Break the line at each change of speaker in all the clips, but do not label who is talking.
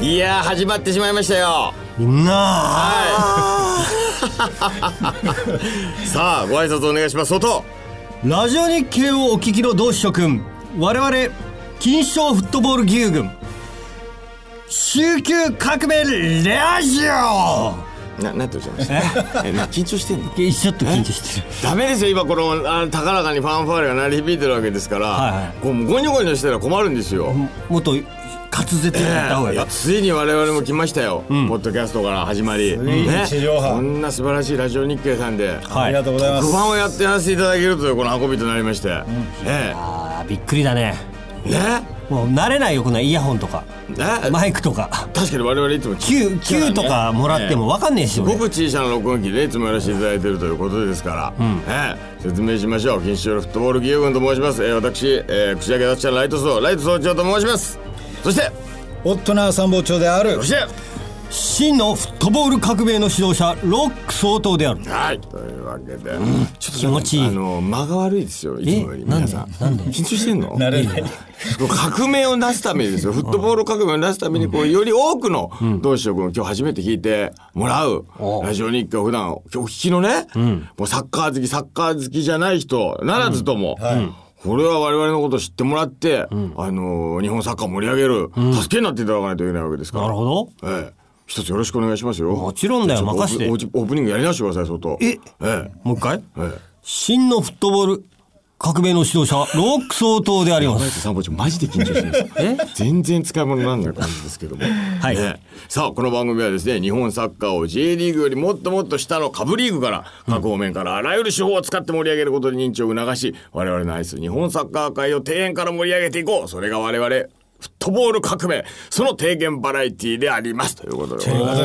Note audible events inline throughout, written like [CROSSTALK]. いやー始まってしまいましたよ
なあ
さあご挨拶お願いします外
ラジオ日経をお聞きの同志諸君我々金賞フットボール義勇軍週休革命ラジオ
ななんておっしゃいましたえな緊張してんの
いやちょっと緊張してる
ダメですよ今このあの高らかにファンファーレが鳴り響いてるわけですから、
はいはい
こうゴニョゴニョしたら困るんですよ、
もっと滑舌にやった方が
い
いい
やついに我々も来ましたよ、ポッドキャストから始まり、
い地上波
こんな素晴らしいラジオ日経さんで、
あ
は
り
い
がとうございます
不。安をやってやらせていただけるというこの運びとなりまして、え
あーびっくりだね
えね
もう慣れないよこんなイヤホンとか
ね、
マイクとか
確かに我々いつも
Q, Q とかもらっても分かんねえし
ご
俺
く小さな録音機でいつもやらせていただいているということですから、ええ説明しましょう錦糸町のフットボール義勇軍と申します、ええ私、ええ口開け出したライト層ライト総長と申しますそして
オットナー参謀長である
そ。して
真のフットボール革命の指導者ロック総統である
はいというわけで、ちょっと
気持ちいい
あの間が悪いですよいつもより
えなん
皆
で
さん
なんで
緊張してんの
なれない。
革命を出すためにですよフットボール革命を出すためにこうより多くの同志を今日初めて聞いてもらうラジオ日記を普段お聞きのねもうサッカー好きサッカー好きじゃない人ならずとも。これは我々のことを知ってもらって、あの日本サッカーを盛り上げる、助けになっていただかないといけないわけですから。
なるほど
ええ。一つよろしくお願いしますよ。
もちろんだよ
ちょっと
任せて
オープオープニングやり直してください、相当。
え
え
もう一回
え。ええ。
真のフットボール革命の指導者、ロック総統でありま
マ
す。
イク参謀長マジで緊張してます全然使い物にならない感じですけどもはいね、さあこの番組はですね日本サッカーを J リーグよりもっともっと下の下部リーグから各方面からあらゆる手法を使って盛り上げることに認知を促し我々の愛する日本サッカー界を庭園から盛り上げていこうそれが我々フットボール革命その提言バラエティーでありますということでございますけ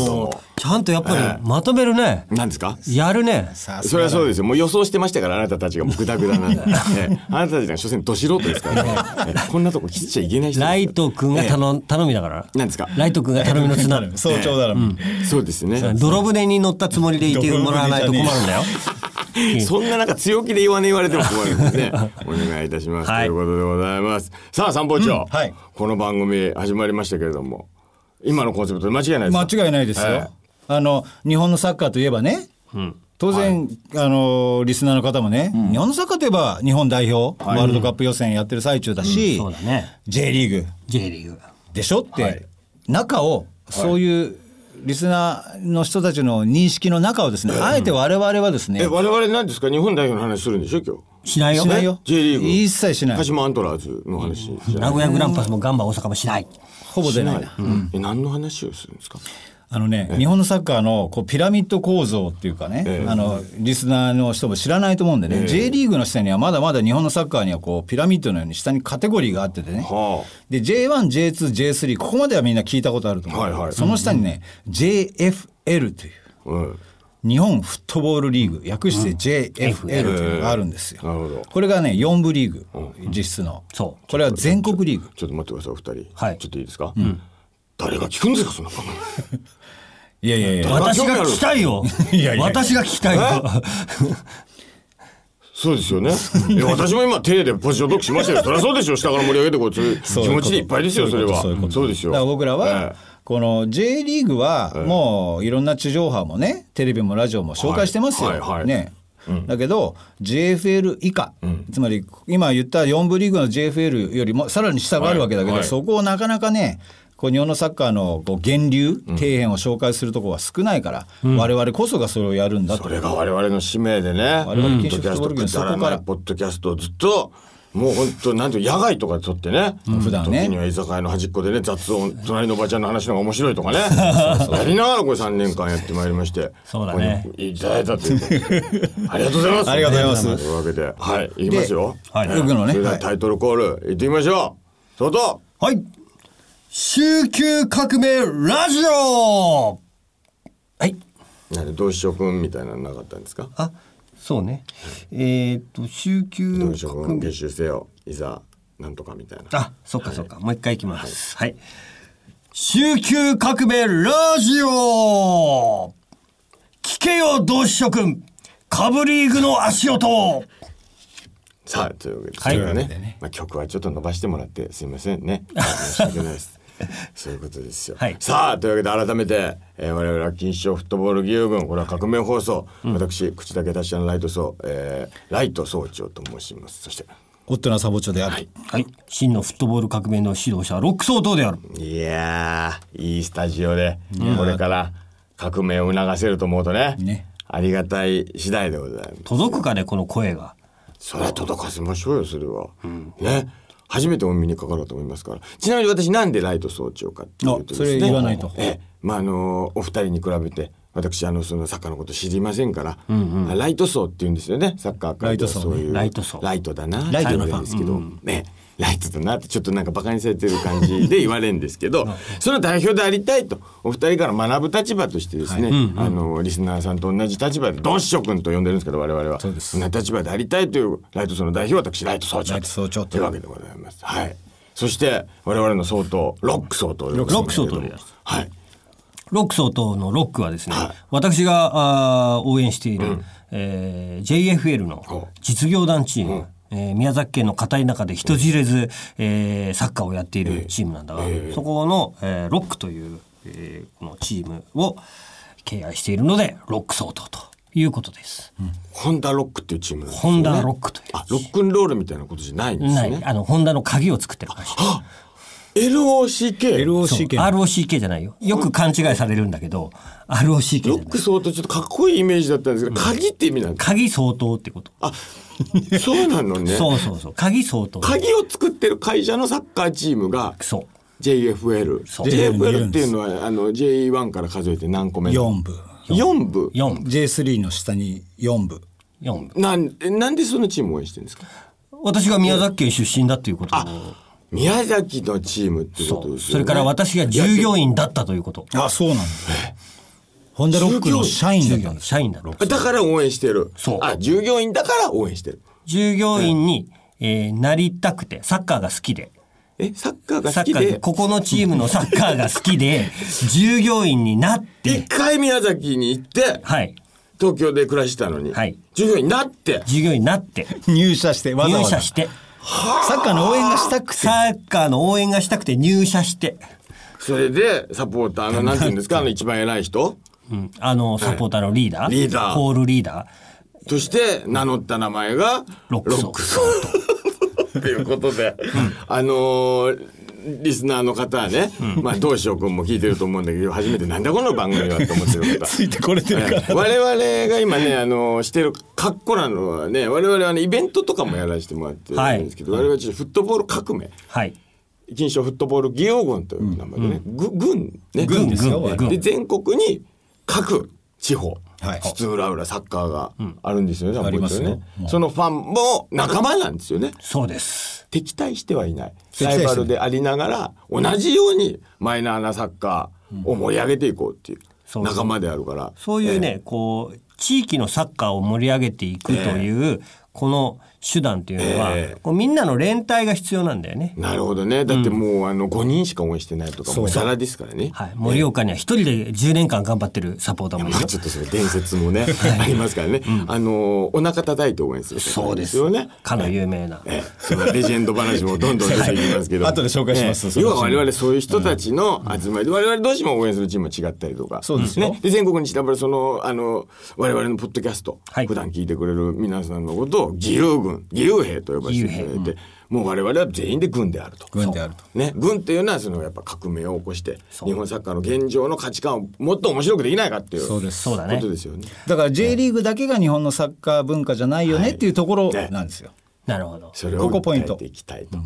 れども
ちゃんとやっぱりまとめるね。
何ですか
やるね。
さ
それはそうですよ。もう予想してましたから、あなたたちがもうグダグダなんで。ねあなたたちが所詮ど素人ですからね。ねこんなとこ切っちゃいけない人ですから
ライト君が頼ん頼みだから。
なんですか
ライト君が頼みの綱。
早朝だろ。
そうですね。
[LAUGHS] 泥船に乗ったつもりでいてもらわないと困るん
[LAUGHS]
だよ。
そんななんか強気で言わね言われても困るんですね。お願いいたします。
はい
ということでございます。さあ、参謀長、
はい
この番組始まりましたけれども、今のコンセプトで間違いないですか
間違いないです
え
よ。あの日本のサッカーといえばね。当然、あのリスナーの方もね、日本のサッカーといえば日本代表、ワールドカップ予選やってる最中だし、
そうだね。
J リーグ
J リーグ。
でしょって、中をそういうリスナーの人たちの認識の中をですね、あえて我々はですね
え、我々何ですか日本代表の話するんでしょ今日。
しないよ。
しないよ
J リーグ。
一切しない
鹿島アントラーズの話じゃな
名
い。
古屋グランパスもガンバ大阪もしない。
ほぼ出ないな。
うんえ何の話をするんですか
あのね、日本のサッカーのこうピラミッド構造っていうかね、
ええ
あのリスナーの人も知らないと思うんでね、J リーグの下にはまだまだ日本のサッカーにはこうピラミッドのように下にカテゴリーがあっててね、
はあ
で J1、J2、J3 ここまではみんな聞いたことあると思う、
はいはい
その下にね、JFL という
うん
日本フットボールリーグ略して JFL というのがあるんですよ。
なるほど
これがね4部リーグ実質の、
そう
これは全国リーグ。
ちょっと待ってくださいお二人、
はい
ちょっといいですか、誰が聞くんですかそんな番組
いやいやいや
私が聞きたいよ
いやいや。
私が聞きたいよ。
そうですよねいや私も今手でポジションドックしましたよそりゃそうでしょ下から盛り上げてこうそういう
そう
気
いう
持
こと
ちでいっぱいですよそれは
そういうこと
そうですよ
だから僕らは
ええ、
この J リーグはもういろんな地上波もねテレビもラジオも紹介してますよ、
はいはいはい
ねだけど JFL 以下、つまり今言った4部リーグの JFL よりもさらに下があるわけだけど、
はいはい
そこをなかなかねこう日本のサッカーのこう源流、底辺を紹介するところは少ないから、我々こそがそれをやるんだと
それが我々の使命でねポ
我々
ッド
禁
キ
止
ャスト
フットボール軍
くだら
そこ
な
から
いポッドキャストをずっともう本当なんていうの野外とかで撮ってね、
普段ね
時には居酒屋の端っこでね雑音隣のおばちゃんの話の方が面白いとかねやりながらこれ3年間やってまいりまして
そうだね
ここにいただいたということでありがとうございます
ありがとうございます
というわけではい行きますよ
はい
僕のね
それでは
はい
タイトルコール、行ってみましょう相当
はい。週休革命ラジオはい。
なんで同志諸君みたいなのなかったんですか
あ、そうね。えーっと、週
同
休
志諸
革
君
命。
結集せよいざなんとかみたいな
あ、そっかそっか。もう一回いきます。はい。週休革命ラジオ聞けよ、同志諸君カブリーグの足音
さあというわけで、
はい
それは
というわけで
ね、まあ、曲はちょっと伸ばしてもらってすいませんね申し訳ないですそういうことですよ。
はい
さあというわけで改めて、えー、我々は金賞フットボール義勇軍これは革命放送、私口だけ達者のライト総、えー、ライト総長と申しますそして
オットなサボチョである、
はい。真のフットボール革命の指導者、ロック相当である。
いやーいいスタジオでこれから革命を促せると思うとね
ね
ありがたい次第でございます。
届くかね、この声が。
それは届かせましょうよそれは、ね初めてお耳にかかると思いますからちなみに私なんでライト総長かっていうとですね
あそれ言わないと
ええまああのお二人に比べて私あのそのサッカーのこと知りませんから、あライト層って言うんですよねサッカー界では
ライト層
そ
ね
ういう
ライト層
ライトだな
ライトの
って言うんですけど、ねライトだなってちょっとなんかバカにされてる感じで言われるんですけどその代表でありたいとお二人から学ぶ立場としてですね、あのリスナーさんと同じ立場でドッショ君と呼んでるんですけど我々は
そうです
な立場でありたいというライト層の代表私ライト総長
ライト総長と
というわけでございます。はい。そして我々の総統ロック総統ロ
ロック総統でございます
はい。
ロック相当のロックはですね、
はい
私があー応援している、えー JFL の
ほ
実業団チーム、えー宮崎県の片田舎で人知れず、えーサッカーをやっているチームなんだが、そこの、えーロックという、えーこのチームを敬愛しているのでロック相当ということです。
ホンダロックっていうチームなんですよ
ホ
ね
ンダロックという。
あ、ロックンロールみたいなことじゃないんです
ない、
ね。
あの、ホンダの鍵を作ってる会社。
LOCK。
そう
LOCK
ROCK じゃないよ。よく勘違いされるんだけど、ROCK じゃ
ロ
ない
ッ。ク総統ちょっとかっこいいイメージだったんですけど、鍵って意味なんですか。
鍵相当ってこと。 [LAUGHS]
あ、そうなのね。
そうそうそう。鍵相当。
鍵を作ってる会社のサッカーチームが
そう。
JFL。
そう
JFL っていうのはあの J1 から数えて何個目？
4部
四部。
4、
J3 の下に4部
四。
なんえなんでそのチームを応援してるんですか。
私が宮崎県出身だということを
宮崎のチームっていうこ
そ
と
う。
です
そ
よね。
れから私が従業員だったということ。
あそうなんだホンダロックの社員だったんです
社員だろ。
だから応援してる。
そう
あ、従業員だから応援してる。
従業員に、えーなりたくて、サッカーが好きで。
え、サッカーが
サ
好き
ッカー
で
で、ここのチームのサッカーが好き
[LAUGHS]
で、従業員になっ
一
て、
回宮崎に行って、
はい。
東京で暮らしてたのに、
はい
従業員になって、
従業員になって、
入社してわざわ
入
ざ
社して、
サッカーの応援がしたくて
サッカーの応援がしたくて入社して、
それでサポーターの、なんて言うんですか、あの一番偉い人
うん、あの、サポーターのリーダー、
リーダー
ホールリーダー、
として名乗った名前が、
ロックソ
ロ
ー
ックソーっていうことで、あのーリスナーの方はね、まあ、東翔君も聞いてると思うんだけど、初めてなんだこの番組はって思ってる方。
ついてこれてるから
我々が今ねあのしてる格好なのはね我々はねイベントとかもやらせてもらってるんですけど、我々はちょっとフットボール革命
はい。
金賞フットボール義勇軍という名前でね、ぐ軍ね
軍ですよ
ね
軍
で全国に各地方
はい
津々浦々サッカーがあるんですよね、多分
ありますよ
これねそのファンも仲間なんですよね
そうです。
敵対してはいない
敵対
ライ
してない
バルでありながら同じようにマイナーなサッカーを盛り上げていこうっていう
そうそう
仲間であるから
そういうね、こう、地域のサッカーを盛り上げていくという、この手段というのは、
え
こうみんなの連帯が必要なんだよね。
なるほどね。だってもう、あの5人しか応援してないとかもうザラですからね。
はい。盛岡には一人で10年間頑張ってるサポーターもい
ま
る
あ
よ。
ちょっとそれ伝説もね [LAUGHS] ありますからね。あのお腹叩いて応援する
そうです
よね。
かの有名な。
ええそのレジェンド話もどんどん出ていきますけど、
[LAUGHS] はい後で紹介します
ええ
その
要
話
は我々そういう人たちの集まりで我々どうしても応援するチームは違ったりとか
そうですよ
ね、で全国に散らばるそのあの我々のポッドキャスト、
はい
普段聞いてくれる皆さんのことを義勇軍義勇兵と呼ばせていただいて、もう我々は全員で軍であると。
軍であると
ね、軍っていうのはそのやっぱ革命を起こして
そう
日本サッカーの現状の価値観をもっと面白くできないかっていう
そうです
そうだね
こ。とですよね。
だから J リーグだけが日本のサッカー文化じゃないよねっていうところなんですよ、
なるほど。
それ
こ
を
こポイン
訴
ト
えていきたいと。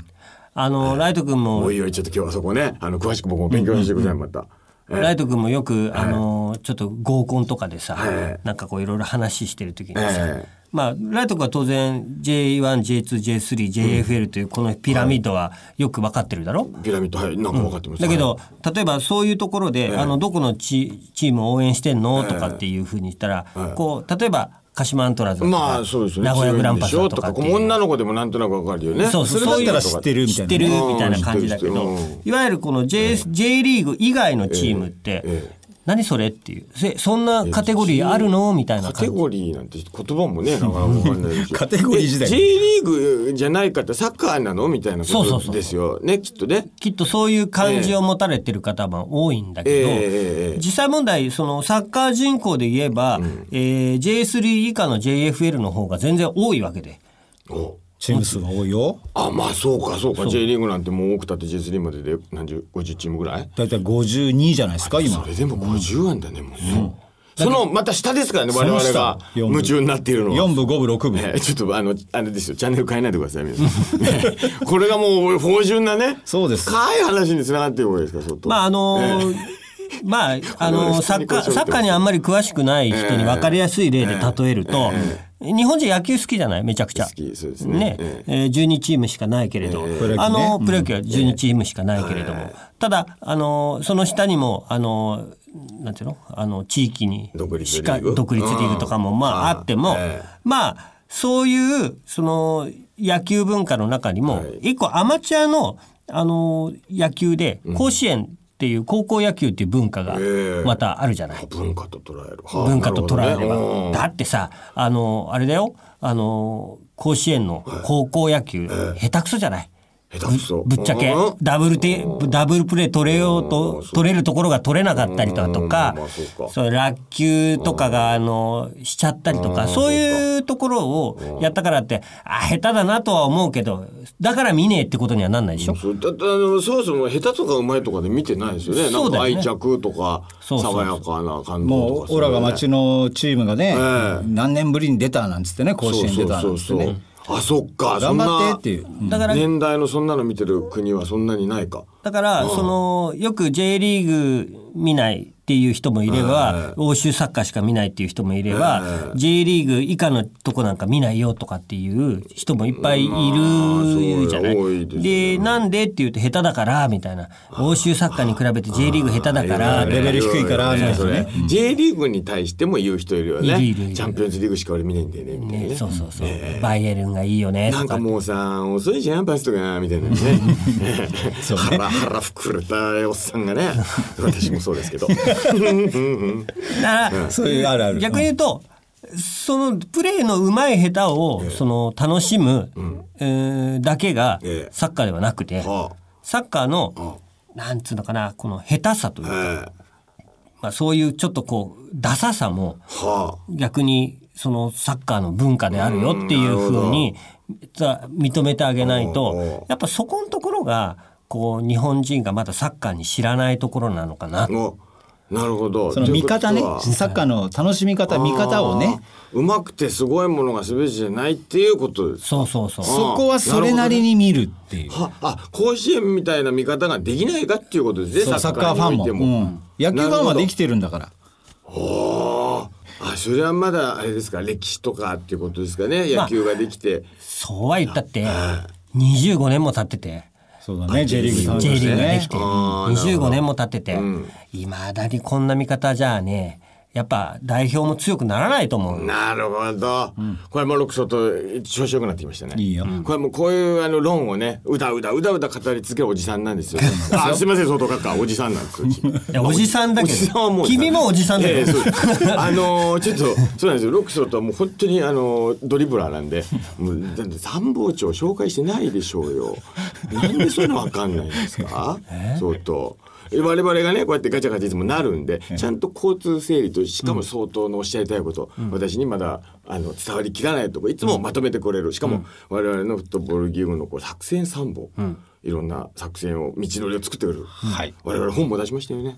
あの、ライト君も
お、いおいちょっと今日はそこねあの詳しく僕も勉強してくださいまた。
ライト君もよく、あの、ちょっと合コンとかでさ
え、
なんかこういろいろ話してる時にさ
ええ、
まあ、ライト君は当然 J1、J2、J3、JFL というこのピラミッドはよく分かってるだろ
ピラミッドはいなんか分かってます。
だけ
は
ど、例えばそういうところで、あのどこのチチームを応援してんのとかっていうふうに言ったら、こう例えば鹿島アントラーズ
い
だとか
まあそうですよね。
名古屋グランパス
強いん
だ
でしょ
と
と
か
か
って
こ
いう
う女の子でもなんとなく分かるよね。
そうそう
それだったら
そういう
知ってるみたいな
知ってるみたいな感じだけ
う
ど
ん
いわゆるこの J, J リーグ以外のチームって、
え
何それっていうせそんなカテゴリーあるのみたいな
カテ
感じ
ゴリーなんて言葉もねなかなかわかんない
[LAUGHS]
です
カテゴリー自体
J リーグじゃないかってサッカーなのみたいな
そうそ
こ
うそ
と
う
ですよねきっとね
きっとそういう感じを持たれてる方も多いんだけど、
ええええええ
実際問題そのサッカー人口で言えば、えー J3 以下の JFL の方が全然多いわけで。
お
チーム数が多いよ。
あまあそうかそうか J リーグなんてもう多くたって J3 までで何十50チームぐらい
だいたい52じゃないですか、今
そ。れでも50安だねもうねそのまた下ですからね我々
その
が
下四部
夢中になっているのは
4部、5部、6部。
ねちょっとあのあれですよチャンネル変えないでください皆さんねこれがもう芳醇なね
そうです
深い話につながってるわけですから相当
まああのーまあ、あのーサッカー、サッカーにあんまり詳しくない人に分かりやすい例で例えると、日本人野球好きじゃないめちゃくちゃ。
好きそうですね
ね、えー12チームしかないけれど、
ロ野球ね
あのープロ野球は12チームしかないけれども、ただ、あのーその下にも、あのーなんていうのあの、地域に
独立
しか、
リーグ
独立リーグとかも、まあ、あっても、まあ、そういう、その、野球文化の中にも、一個アマチュアの、あのー野球で、甲子園っていう高校野球っていう文化が
え、
またあるじゃない。
文化と捉えるはあ
文化と捉え
なる
れ
ほ
ば。
どね
だってさ、あのーあれだよ、あのー甲子園の高校野球、下手くそじゃない。
うん下手くそ
ぶっちゃけ
うん
ダブルテダブルプレー取れようと取れるところが取れなかったりだとか
うんまあそうか
そう落球とかがあのしちゃったりとかそういうところをやったからってあ下手だなとは思うけどだから見ねえってことにはなんないでしょ
そうだってあのそもそも下手とか上手いとかで見てないですよね
そうだよね
なんか愛着とか
そうそうそう
爽やかな感動と
も
か
う、オラが町のチームがね、
え
何年ぶりに出たなんつってね、甲子園出たなん
そ
つって
う
ね。
そうそうそうあそっか
頑張ってっていう
そん
うん
な年代のそんなの見てる国はそんなにないか
だから、そのよく J リーグ見ないっていう人もいれば、欧州サッカーしか見ないっていう人もいれば、J リーグ以下のとこなんか見ないよとかっていう人もいっぱいいるじゃない。
まあそう多いです
でなんでっていうと下手だからみたいな欧州サッカーに比べて J リーグ下手だから
レベル低いから
ね
みたいなね
それ J リーグに対しても言う人いるよね
いるいるいる
チャンピオンズリーグしか俺見ないんだよねみたいなね
ねそうそうそう、バイエルンがいいよね
な
と
んか
か
もうさ遅いじゃんパスとかみたいなね [LAUGHS] 腹腹膨れたおっさんがね私もそうですけど
だから
そういうあるある。
逆に言うと、そのプレーの上手い下手を、その楽しむ、えーだけが
ええ
サッカーではなくて、
はあ
サッカーの、なんつうのかなこの下手さという
ええ
か、まあ、そういうちょっとこうダサさも
は
逆にそのサッカーの文化であるよっていう
うんなるほ
ふ
ど
うにざ認めてあげない
おうおう
とやっぱそこのところがこう日本人がまだサッカーに知らないところなのかな
あおなるほど
その見方ね
というこ、とは
サッカーの楽しみ方、見方をね、
あーうまくてすごいものが全てじゃないっていうことです
そうそうそう。
そこはそれなりに見るっていう。
はあ甲子園みたいな見方ができないかっていうことです
そう
ね
サッカーファンも。
において
うん野球ファンはでき
なる
てるんだから。
ほどあそれはまだあれですか歴史とかっていうことですかね野球ができて、
そうは言ったって、25年も経ってて、
そうだね、J リーグ
J リーグができて、
あーなるほど
25年も経ってて、いまだにこんな見方じゃあね、やっぱ代表も強くならないと思う。
なるほど、これもロクソと調子よくなってきましたね
いいよ
これもうこういうあの論をねうだうだうだうだ語り続けるおじさんなんですよあすいません相当閣下おじさんなんですよ
いやおじさんだけ
おじさんはも
ど、
う
君もおじさんだ
いやい
け
や
ど、
そうですあのーちょっとそうなんですよロックソとはもう本当にあのードリブラーなんでもうだって参謀長紹介してないでしょうよなんでそういうのわかんないんですか相当え我々がねこうやってガチャガチャいつもなるんでちゃんと交通整理としかも相当のおっしゃりたいこと、私にまだあの伝わりきらないとこいつもまとめてくれるしかも我々のフットボールゲームのこう作戦参謀、いろんな作戦を道のりを作ってくれる、
はい
我々本も出しましたよね。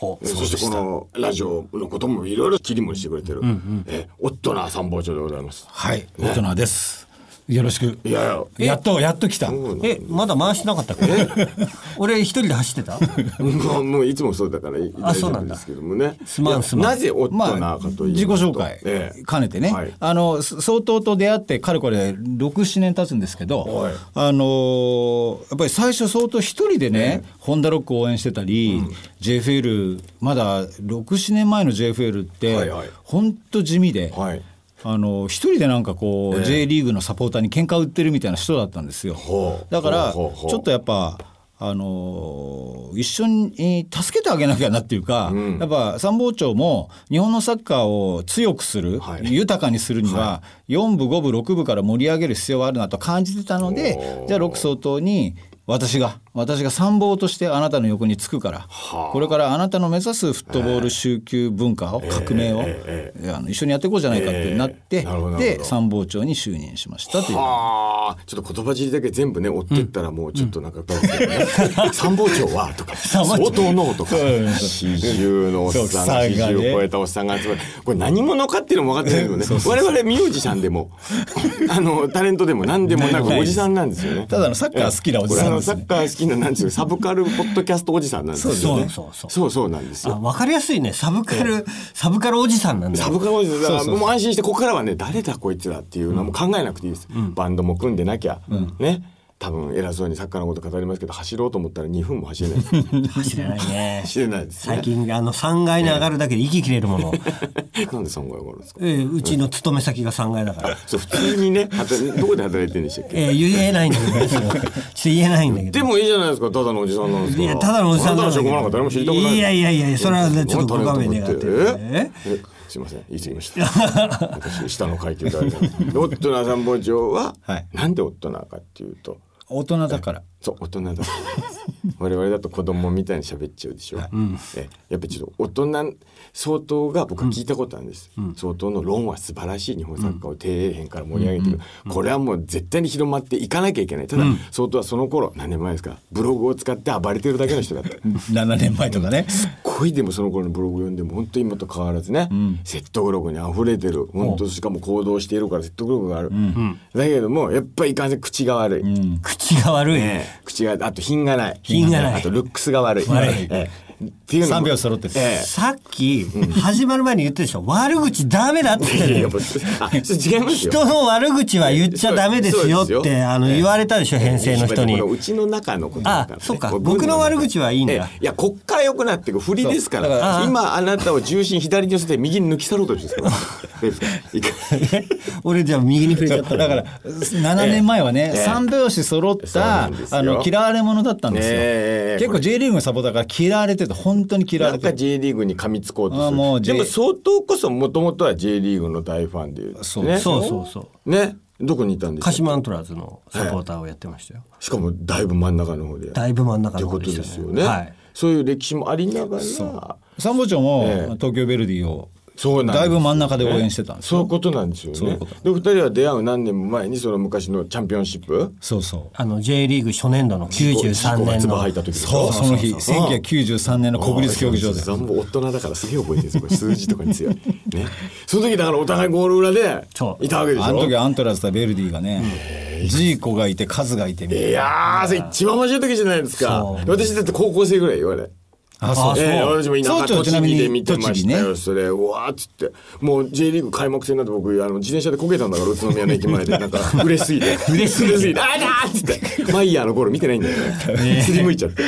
お
えーそしてこのラジオのこともいろいろ切り盛りしてくれてる、えーオットナー参謀長でございます。
はい、大人です。よろしく。
いやいや、
やっと、やっと来た。
え、まだ回してなかったっけ [LAUGHS] 俺一人で走っ
[LAUGHS]
てた
まあもういつもそうだからい
あ
大丈
そうな
夫
んだ
ですけどもね。
すまん
いや
すまん
なぜオット
ま
ナ
あ、
ーかというと、
自己紹介
ええ
兼ねてね、
はい
あのそ総統と出会ってかれこれ67年経つんですけど
はい、
あのーやっぱり最初相当一人でね、ホンダロックを応援してたり、JFL まだ67年前の JFL って、
はいはい
ほんと地味で。
はい。
あの一人でなんかこう、J リーグのサポーターに喧嘩売ってるみたいな人だったんですよ
ほう
だからち
ほうほうほう
ょっとやっぱあの一緒に助けてあげなきゃなっていうか、うん、やっぱ参謀長も日本のサッカーを強くする、はい、豊かにするには、4部5部6部から盛り上げる必要はあるなと感じてたのでじゃあ6総統に私が私が参謀としてあなたの横につくから、はあ、これからあなたの目指すフットボール集級文化を、えー、革命を、えー、あの一緒にやっていこうじゃないかってなって、えー、で参謀長に就任しましたという。
はあ、ちょっと言葉尻だけ全部ね追ってったらもうちょっとなんか、う
[LAUGHS]
ん、参謀長はとか相当のとか四十のおっさん四十を超えたおっさんが集まるこれ何者かっていうのも分かってるけどね我々ミュージシャンで
[LAUGHS]
もあのタレントでも何でもなくおじさんなんですよね。
ただのサッカー好きなおじさん、ね、
サッカー好きななんですよサブカルポッドキャストおじさんなんですよ、ね、そうそうそうそうそうなんですよ
わかりやすいねサブカルサブカルおじさんなんだ
サブカルおじさんもう安心してここからはね誰だこいつだっていうのはもう考えなくていいです、うん、バンドも組んでなきゃ、うん、ね多分偉そうにサッカーのこと語りますけど走ろうと思ったら2分も走れない
[LAUGHS] 走れない
[LAUGHS]
ね
走れないです、
ね、最近あの3階に上がるだけで息切れるも
[LAUGHS]
の
なんで3階上がるんですか、
えー、うちの勤め先が3階だから
そう普通にねどこで働いてるんでしたっけ、
えー、言えないんだけど、ね、
[LAUGHS]
ちょっと言えないんだけど
でもいいじゃないですかただのおじさんなんですから
いやただのおじさん
なんだけど誰も知りたくない
いやいやいやそれはねちょっとご勘弁願っ
ね、
て、
えーすみません、言い過ぎました。
[LAUGHS]
私、下の階級であれなんです。オットナ参謀長は、はい、なんでオットナかっていうと。
大人だから。
そう、大人だから。我々だと子供みたいに喋っちゃうでしょ。はい、えやっぱりちょっと大人相当が僕は聞いたことあるんです。うん、相当の論は素晴らしい日本サッカーを底辺から盛り上げてる、うん、これはもう絶対に広まっていかなきゃいけない。ただ、うん、相当はその頃何年前ですかブログを使って暴れてるだけの人だった。 [LAUGHS]
7年前とかね。
すっごいでもその頃のブログ読んでも本当今と変わらずね、説得力に溢れてる。本当しかも行動しているから説得力がある。だけどもやっぱりいかんせん口が悪い。
口が悪い、
ね、口があと品がない。
品がない。
あとルックスが悪い。悪い。え
えっていうのも揃って
さっき始まる前に言ってでしょ、悪口ダメだって人の悪口は言っちゃダメですよってあの言われたでしょ、編成の人に
うちの中のことあ
そうか僕の悪口はいいんだ、
いやこっから良くなっていく振りですから今あなたを重心左に寄せて右に抜き去ろうとしてる
[LAUGHS] 俺じゃ右に触れちゃった
だから7年前はね、え三拍子揃ったあの嫌われ者だったんですよ、結構 J リーグのサポーターから嫌われて本当に嫌われて
J リーグに噛みつこうとするでも相当こそもともとは J リーグの大ファンでいう
そう,、ね、そうそうそう
ねどこにいたんです
か鹿島アントラーズのサポーターをやってましたよ、
しかもだいぶ真ん中の方で
だいぶ真ん中
の方でした、ね、ってことですよね、はい、そういう歴史もありながら
参謀長も東京ヴェルディをそうだいぶ真ん中で応援してたんです
そういうことなんですよね。で二人は出会う何年も前にその昔のチャンピオンシップ
そうそう
あの J リーグ初年度の93年の
入った時
そうその日1993年の国立競技場で
大人だからすげえ覚えてるんです数字とかに強いねその時だからお互いゴール裏でいたわけでしょあ
の時アントラーズとベルディがねジーコがいてカズがいてみ
たいやそれ一番面白い時じゃないですか私だって高校生ぐらい言われ
あ、そう。
えー、私も田舎栃木で見てましたよ、それ。うわっつって。もう J リーグ開幕戦なんて僕、あの、自転車でこけたんだから、宇都宮の駅
[LAUGHS]
前で。なんか、嬉しすぎて。嬉しすぎて。あだっつって。マイヤーのゴール見てないんだよね。すりむいちゃって。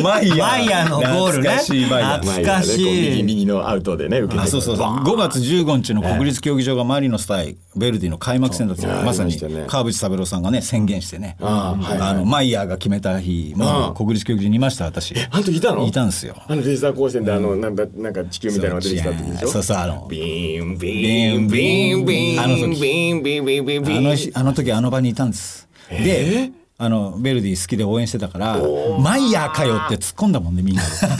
マイヤーのゴールね。懐かしいマイヤー。懐かし
い。右のアウトでね、受けて。
そうそうそう。5月15日の国立競技場がマリノス対ベルディの開幕戦だったまさに、川淵三郎さんがね、宣言してね。あの、マイヤーが決めた日も、国立競技場にいました、私。
あの時いたの
いたんですよ。
あのレーザー光線であの、なんかなんか地球みたいなのが出てきた時でしょ。
そうそうあの。ビンビンビンビンあの時ビンビンビンビンビンあのあの時あの場にいたんです。で。あのベルディ好きで応援してたから「マイヤーかよ」って突っ込んだもんねみんな [LAUGHS]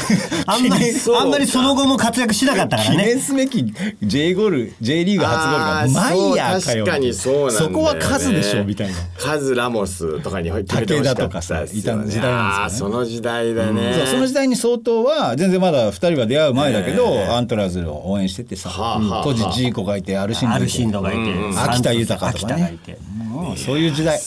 あんまりあんまりその後も活躍しなかったからね
記念すべき J ゴール J リーグ初ゴールが「マイヤーかよ」
確かにそう
そこは数でしょみたいな
数ラモスとかに入って
武田とかさいた時代なんです
よねその時代だね
その時代に相当は全然まだ2人が出会う前だけどアントラーズを応援しててさ当時ジーコがいてアルシ
ンドがいて
秋田豊とかねそういう時代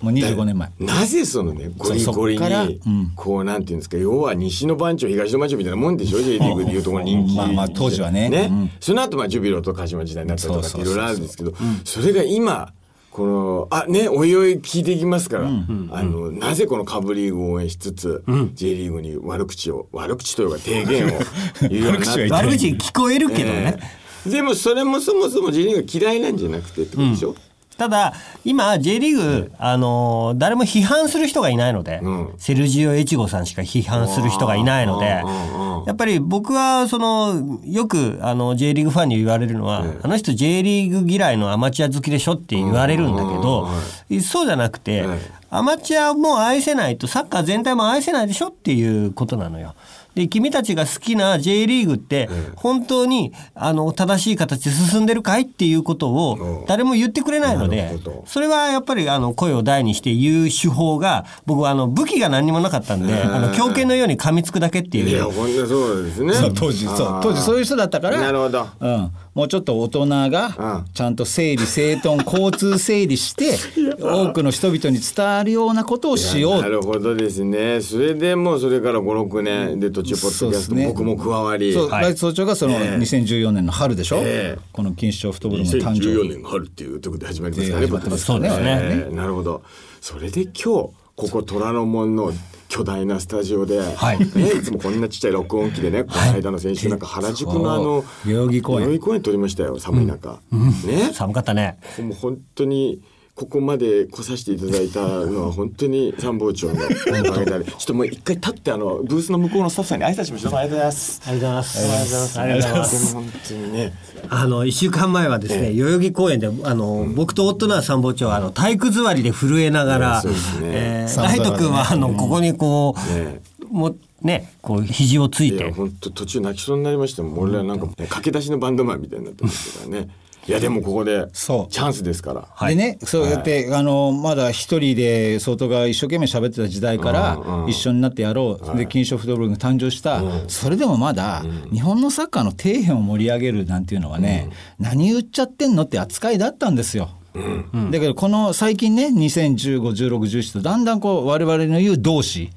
もう25年前
なぜそのねゴリゴリにこうなんていうんですか要は西の番長東の番長みたいなもんでしょ J リーグでいうところ人気
まあまあ当時はね
ねその後まあジュビロと鹿島時代になったりとかっていろいろあるんですけどそれが今このあねおいおい聞いていきますから、あのなぜこのカブリーグを応援しつつ、うん、J リーグに悪口を悪口というか提言を言
[LAUGHS]
うようになって
悪口聞こえるけどね、
でもそれもそもそも J リーグが嫌いなんじゃなくてってことでしょ、
ただ今 J リーグ、あのー誰も批判する人がいないので、
うん
セルジオ越後さんしか批判する人がいないので
うんうんうん
やっぱり僕はそのよくあの J リーグファンに言われるのは、あの人 J リーグ嫌いのアマチュア好きでしょって言われるんだけど、そうじゃなくて、
はい
アマチュアも愛せないとサッカー全体も愛せないでしょっていうことなのよ。で君たちが好きな J リーグって本当にあの正しい形で進んでるかいっていうこと
うん
を誰も言ってくれないの
な
で
るほど
それはやっぱりあの声を大にして言う手法が僕はあの武器が何にもなかったんであの狂犬のように噛みつくだけって
い
い
や
う。
ほんとそうですね
そう当時そう当時そう
い
いう人だったから
なるほど
うん、もうちょっと大人が
うん
ちゃんと整理整頓交通整理して
[LAUGHS]
多くの人々に伝わるようなことをしよ
な
う
るほどですねそれでもうそれから56年で途中ポッドキャスト
そうですね
僕も加わり
そう、
はい
ライト総長がその2014年の春でしょ、
ええ
この錦糸町フットボールの誕生
2014
日
年の春っていうところで始まりますからね
で始まってます
からね
ポッドキャストえーなるほどそれで今日ここ虎ノ門の巨大なスタジオで、
はい
ねいつもこんなちっちゃい録音機でねこの間の先週なんか原宿のあの
そう代々木公
代
園
々木公園撮りましたよ寒い中、ね
寒かったね。
もう本当にここまで来させていただいたのは本当に [LAUGHS] 参謀長のおかげ
[LAUGHS]
でありちょっともう一回立ってあのブースの向こうのスタッフさんに挨拶しましょうありがとうございます
ありがとうございます。ありがとうございます。
本当にね
あの、一週間前はですね、代々木公園で、あの、僕と夫の参謀長は、あの、体育座りで震えながら、
そうですね
えー
寒
ラ
さ
イ
がね
ト君は、あの、ここにこう、
ね
もう、ね、こう、肘をつい
いや
て、
本当途中泣きそうになりましたもん俺らなんか、ね、駆け出しのバンドマンみたいになってましたから
[LAUGHS]
ねいやでもここでチ
そう
ャンスですから
はい
でねそうやって、あのまだ一人で相当が一生懸命喋ってた時代から一緒になってやろう、で金賞フットボールが誕生した、それでもまだ日本のサッカーの底辺を盛り上げるなんていうのはね、何言っちゃってんのって扱いだったんですよ。だけどこの最近ね20151617とだんだんこう我々の言う同志、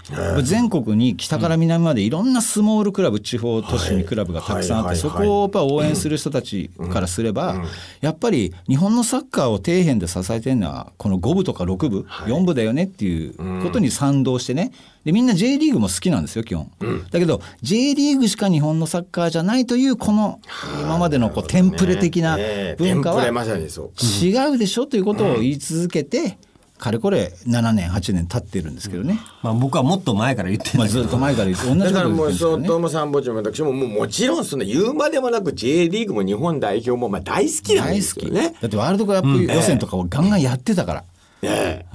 全国に北から南までいろんなスモールクラブ地方都市にクラブがたくさんあ
は
って、
いはい
そこをやっぱ応援する人たちからすれば、やっぱり日本のサッカーを底辺で支えてるのはこの5部とか6部、4部だよねっていうことに賛同してねでみんな J リーグも好きなんですよ基本、だけど J リーグしか日本のサッカーじゃないというこの今までのこうテンプレ的な
ね
文化
テンプ
は
レまさにそう
違うでしょということを言い続けてかれこれ7年8年経ってるんですけどね、
まあ僕はもっと前から言ってるん
まあ、
だけど
ずっと前から言って同じこ
だ
と
から
言って
もう
るんですけど
相
ね
当も参謀長も私ももうもちろんそんな言うまでもなく J リーグも日本代表もまあ大好きなんで
大
す
好
よ
き
ね。
だってワールドカップ予選とかをガンガンやってたから、
ねえ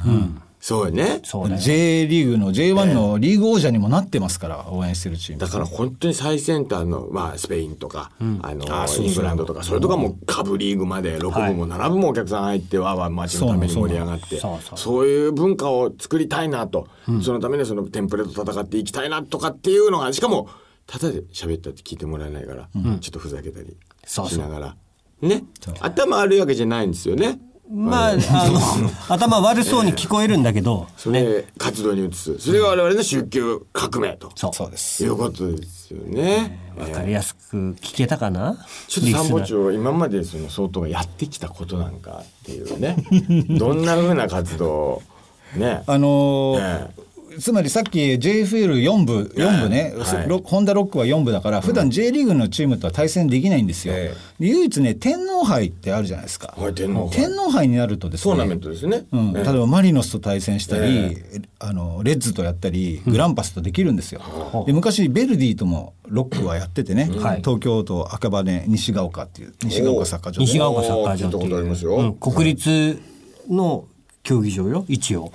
そうよね
そうね。
J リーグの J1 のリーグ王者にもなってますから応援してるチーム
だから本当に最先端の、まあ、スペインとか、あのイングランドとかそれとかも下部リーグまで6部も7部もお客さん入ってわーわー街のために盛り上がって
そうなのそうなのそうそう
そういう文化を作りたいなと、そのためにそのテンプレと戦っていきたいなとかっていうのがしかもただで喋ったって聞いてもらえないから、ちょっとふざけたり
そうそう
しながらね頭悪いわけじゃないんですよね。
まあ、あの、頭悪そうに聞こえるんだけど、
それ活動に移すそれが我々の週休革命と
そう。
そうです
いうことですよね。
わかりやすく聞けたかな
ちょっと参謀
リス
長今までその総統がやってきたことなんかっていう
[LAUGHS]
ねどんなふうな活動をね
あのー
え
つまりさっき JFL4 部4部ね、
はい
そロホンダロックは4部だから普段 J リーグのチームとは対戦できないんですよ、
え
で唯一ね天皇杯ってあるじゃないですか、
はい天皇杯
天皇杯になるとです
ト
ね
ーナメントですね、
うん、
え
例
え
えばマリノスと対戦したり、
え
あのレッズとやったりグランパスとできるんですよ。で昔ベルディともロックはやっててね、
はい
東京都赤羽西が丘っていう西が丘サッカー場で
西が丘サッカー場って
聞いたことあります
い
よ
う、うん、国立の競技場よ、一応。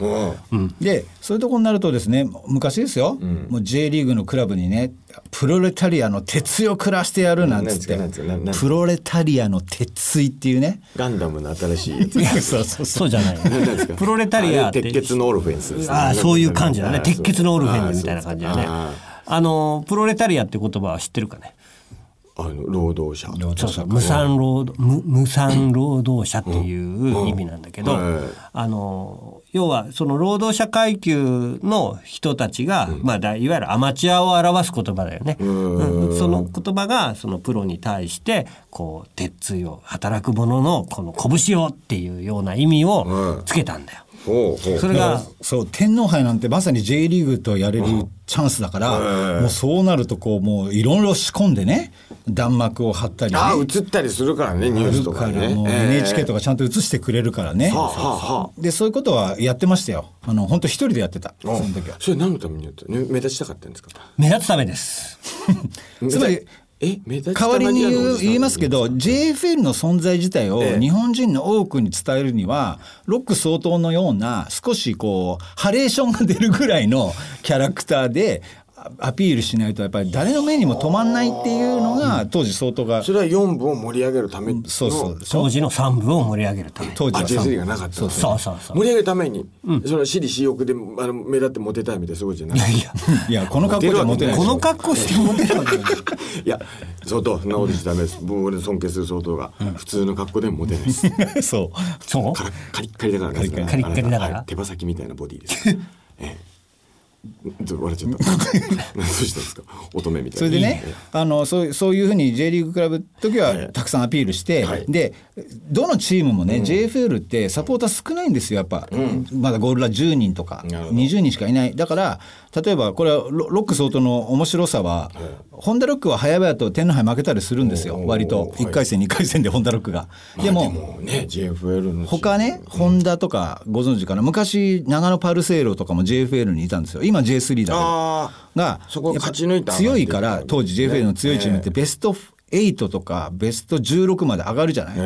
うん
でそういうとこになるとですね昔ですよ、もう J リーグのクラブにねプロレタリアの鉄を暮らしてやるなんつって
なんですかなんですかなんなん
プロレタリアの鉄槌っていうね
ガンダムの新しいやつ
そうそうそう
そうじゃない
なんですか。
プロレタリア
あ
っ
れ
て。
鉄血のオルフェンスですね
ああ、そういう感じだね。
あ
鉄血のオルフェンズみたいな
そう
感じだね。
あ
あの、プロレタリアって言葉は知ってるかね。
ああの労働者
そうそう無産労働無無産労働者っていう意味なんだけど、
うん
あの要はその労働者階級の人たちが、まあだいわゆるアマチュアを表す言葉だよね。うんその言葉がそのプロに対してこう鉄槌を働く者のこの拳をっていうような意味をつけたんだよ。
ほうほうそれがそう天皇杯なんてまさに J リーグとやれるチャンスだから、もうそうなるとこうもういろいろ仕込んでね弾幕を張ったり、ね、
あ映ったりするからねニュースとかね
NHK とかちゃんと映してくれるからね、でそういうことはやってましたよあの本当一人でやってたその時は
それ何のためにやった目立ちたかったんですか
目立つためです
つまりえ代わりに言いますけど JFL の存在自体を日本人の多くに伝えるにはロック相当のような少しこうハレーションが出るぐらいの [LAUGHS] キャラクターでアピールしないとやっぱり誰の目にも止まんないっていうのが当時相当が、
それは4部を盛り上げるため
そうそう
当時の3部を盛り上げるため
当時は J3 がなかった
そうそうそう
盛り上げるために、その私利私欲であの目立ってモテたいみたいなすごいじ [LAUGHS] ゃない
いやこの格好じゃモテない
この格好してモテるわけ
いや相当そんなことしダメです僕俺尊敬する相当が、普通の格好でもモテないです
[LAUGHS] そう
そう
カカリッカリだから
カリッカリだから
手羽先みたいなボディ
[LAUGHS]
ですええ笑っちゃった。どうしたんですか。乙女みた
いな。それでね、あのそうそういうふうに J リーグクラブ時はたくさんアピールして、はい、でどのチームもね、うん、JFL ってサポーター少ないんですよやっぱ、うん、まだゴールラ10人とか20人しかいない。だから例えばこれはロック相当の面白さは、はい、ホンダロックは早々と天皇杯負けたりするんですよ。割と1回戦、はい、2回戦でホンダロックが。
でも,、もね JFL の
他ね、うん、ホンダとかご存知かな。昔長野パルセイロとかも JFL にいたんですよ。今今 J3 だけが
そこ勝ち抜いた
強いから当時 JFA の強いチームってベスト8とかベスト16まで上がるじゃない、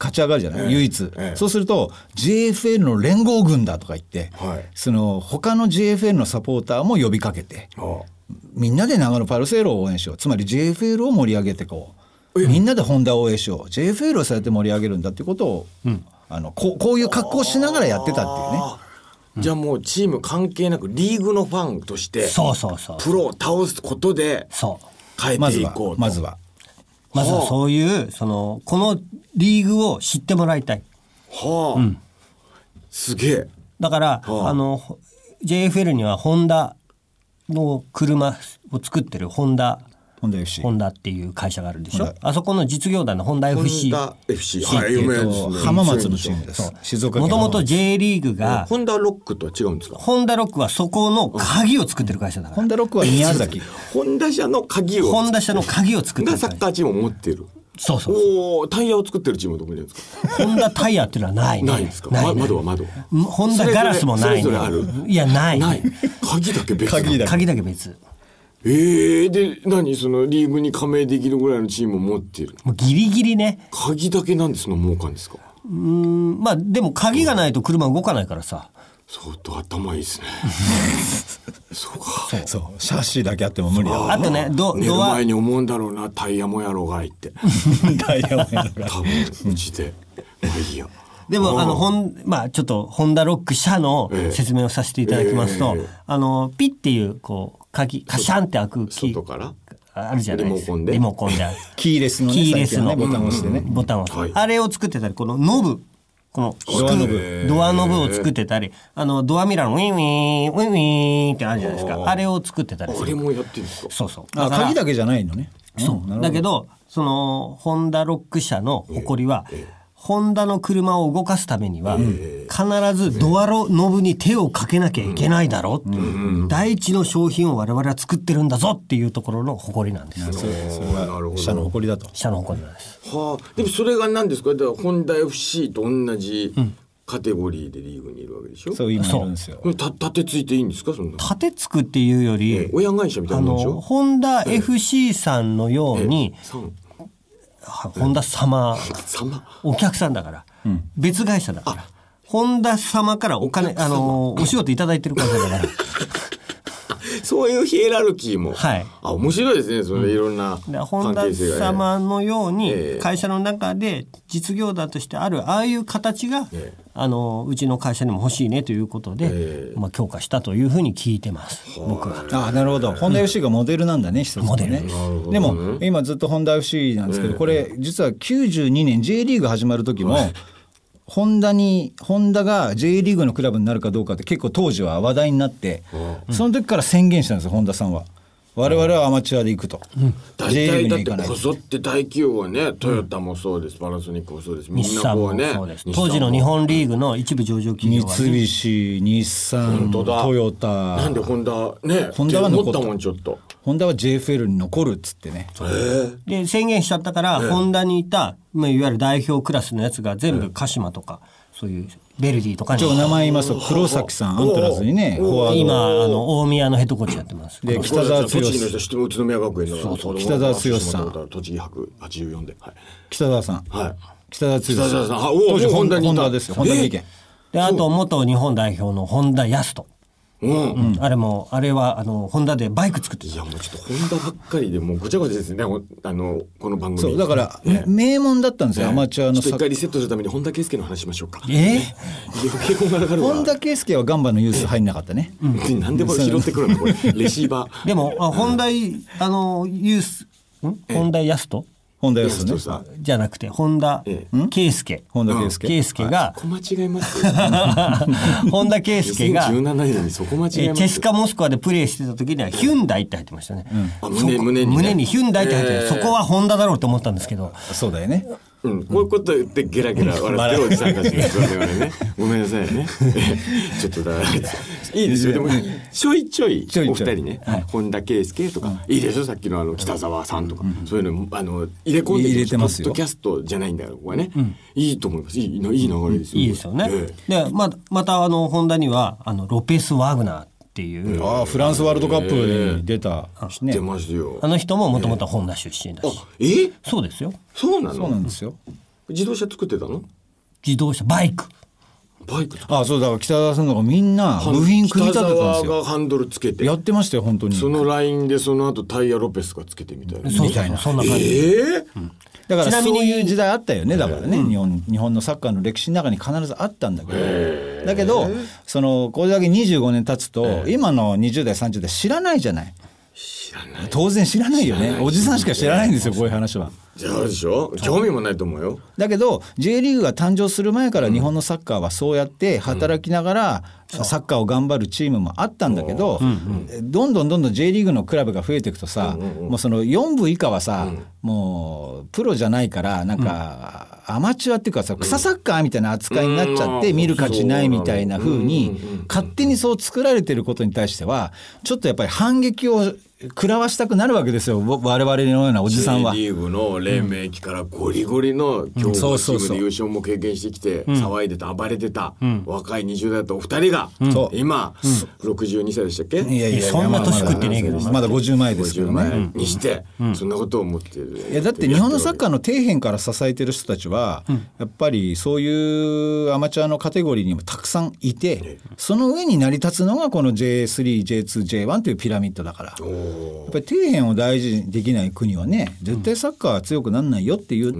勝ち上がるじゃない、唯一、そうすると JFL の連合軍だとか言って、その他の JFL のサポーターも呼びかけて、みんなで長野パルセーロを応援しようつまり JFL を盛り上げていこうみんなでホンダを応援しよう JFL をそうやって盛り上げるんだってことを、あのここういう格好をしながらやってたっていうね。
じゃあもうチーム関係なくリーグのファンとして
そうそうそう
プロを倒すことで変えていこうと
まずは
まずはそういうそのこのリーグを知ってもらいたい
はあ、うん、すげえ
だから、はあ、あの JFL にはホンダの車を作ってるホンダ
ホンダ FC
ホンダっていう会社があるでしょ、あそこの実業団のホンダ FC ホンダ
FC はい有名です
浜松のチームです
静岡もともと J リーグが
ホンダロックとは違うんですか
ホンダロックはそこの鍵を作ってる会社だから
ホンダロックは宮崎
ホンダ社の鍵を
ホンダ社の鍵を作って
るサッカーチームを持ってる
そうそう
おタイヤを作ってるチームどこにですか。
ホンダタイヤっていうのはない、
ないですか。窓は窓。
ホンダガラスもない、いやない。
鍵だけ別。
鍵だけ別。
ええー、で何そのリーグに加盟できるぐらいのチームを持っている
もうギリギリね
鍵だけなんでその儲かんですか
うんまあでも鍵がないと車動かないからさ
相当頭いいですねそう
かそうシャシーだけあっても無理だ
あとね
ド寝る前に思うんだろうなタイヤもやろうがいって
タイヤもやろうが
多分うちでまあいいや
でもあのほんまあちょっとホンダロック社の説明をさせていただきますと、えーえー、あのピッていうこう鍵カシャンって開く
キーから
あるじゃないです
かリモコンで
リモコンで
キーレスの、ね、
キーレスの、ね、
ボタンを押してね
ボタンを押す、はい、あれを作ってたりこのノブこのドアノブドアノブを作ってたりあのドアミラーのウィンウィンウィンウィンってあるじゃないですかあれを作ってたり
あれもやってるんですか
そうそう
あ鍵だけじゃないのね
そうだけどそのホンダロック社の誇りは、えーえーホンダの車を動かすためには、必ずドアロノブに手をかけなきゃいけないだろうっていう、第一の商品を我々は作ってるんだぞっていうところの誇りなんです。
それは社の誇りだと。
社の誇りなんです。
はあ、でもそれが何ですか。だからホンダ FC と同じ。カテゴリーでリーグにいるわけでしょ。
そう今いるんですよ。
た立てついていいんですかそんな。
立てつくっていうより、
親会社みたいなもんでしょ。
ホンダ FC さんのように、ホンダ様、お客さんだから、別会社だから、ホンダ様からお金、あの、お仕事頂いてる会社
[LAUGHS]
だから。
そういうヒエラルキーも、
はい、
あ面白いですねそれいろんな
本田様のように会社の中で実業団としてあるああいう形が、あのうちの会社にも欲しいねということで、まあ、強化したというふうに聞いてます僕は。
あなるほど本田 FC がモデルなんだね一つ
モデルね。
でも今ずっと本田 FC なんですけどこれ実は92年 J リーグ始まる時も。ホンダにホンダが J リーグのクラブになるかどうかって結構当時は話題になって、その時から宣言したんですよ本田さんは。我々はアマチュアで行くと。
大
J リ
体
ーグ
だっ
に
て
行かない
こぞって大企業はねトヨタもそうですパナソニックもそうですみん
日
な
産
こ
も
うね
そうです。当時の日本リーグの一部上場企
三
業はね、
菱、日産、
本当だ
トヨ
な
タ
ん、でホンダね
ホンダは
持
残
っ
った
たもんちょっと
ホンダは JFL に残るっつってね。
で宣言しちゃったから、ホンダにいた、まあ、いわゆる代表クラスのやつが全部鹿島とか、そういうベルディとかに
一応名前言いますと黒崎さん、アントラーズにね、フォワード。
今あの大宮のヘッドコーチやってます。
で
この
北澤剛
栃木の人知ってる宇都宮学園のそうそう
北澤剛さん
栃木博84ではい
北澤さん。
はい
北澤剛
北澤さんあお
当時
もう
ホ
ホ
ン
ン
ダ
ダにいた
ホンダですよ。ホンダ経験。
であと元日本代表の本田康人、
うん
うんあれもあれはあのホンダでバイク作って
い
た
やもうちょっとホンダばっかりでもうごちゃごちゃですねほんあのこの番組
そう、だから、名門だったんですよ、アマチュ
ちょ
アの
っと
サ
一
ッカー。
回リセットするために本田圭佑の話しましょうか
え
余計こんがらがるわ
[LAUGHS] 本田圭佑はガンバのユース入んなかったね。
うん何でも拾ってくるのこれレシーバー
でもあ本田いあのユースん本田康人
本田ユース
ちょっ
ね
と。さ
じゃなくて本田
え
圭介
本田圭佑
圭介が
こ間違えますよ
[LAUGHS] 本田圭佑が
2017年にそこ間違
え
え
ー
ます
チェスカモスクワでプレーしてた時にはヒュンダイって入ってましたね。
あ胸胸にね
胸にヒュンダイって入って
えー
るそこはホンダだろうと思ったんですけど。
そうだよね。
うん、こういうこと言ってゲラゲラ笑ってるおじさんたちが我々ね。 [LAUGHS] ごめんなさいね。ちょっとだから、いいですよ。でも、ちょいちょい、
ちょ
お
いちょ
二
い
人ね、本田圭佑とか、いいでしょさっきのあの、北沢さんとか、そういうの、あの、入れ込んで
入れてますよ
ポッドキャストじゃないんだから、ここはね。いいと思います。いい、いい流れですよ。
いいですよね
ええ。
で、ままたあのホンダにはあのロペスワグナーっていう、
ああ、フランスワールドカップに出たしね
出。ますよ
あ。の人ももともと本田出身だし。
あ、え
そうですよ。
そうな
そうな
の
んですよ。
自動車作ってたの
自動車バイク。
バイクとか。
ああ、そうだから北澤さんとかみんな部品組み立てたんです
北
よ。
沢がハンドルつけて
や、ってましたよ、本当に。
そのラインでその後タイヤロペスがつけてみたいな。
そう
みたい
そう
な
そんな感じ。
ええ
だから
ちなみ
そ
に
ういう時代あったよねだからね、日本日本のサッカーの歴史の中に必ずあったんだけど、だけどそのこれだけ25年経つと、今の20代30代知らないじゃない
知らない。
当然知らないよねおじさんしか知らないんですよこういう話は。
じゃあでしょ興味もないと思うよ。
だけど J リーグが誕生する前から日本のサッカーはそうやって働きながらサッカーを頑張るチームもあったんだけどどんどんどんどん J リーグのクラブが増えていくとさもうその4部以下はさもうプロじゃないからなんかアマチュアっていうかさ草サッカーみたいな扱いになっちゃっ
う
て
ん
見る価値ないみたいな風
うん
に
うんうん
勝手にそう作られてることに対してはちょっとやっぱり反撃を食らわしたくなるわけですよ我々のようなおじさんは
J。リーグの黎明期からゴリゴリの強豪チ
そうそう
ーム
そ
で
う
優勝も経験してきて騒いでた暴れてた若い20代だったお二人が
そう
今62歳でしたっけ
いやいやいや
そんな年食ってねえけど
まだまだ50前ですけ
50
どね。
前にしてそんなことを思ってる。
いやだって日本のサッカ
ー
ーの底辺から支えてる人たちは、やっぱりそういうアマチュアのカテゴリーにもたくさんいてその上に成り立つのがこの J3J2J1 というピラミッドだからやっぱり底辺を大事にできない国はね絶対サッカーは強くなんないよっていう、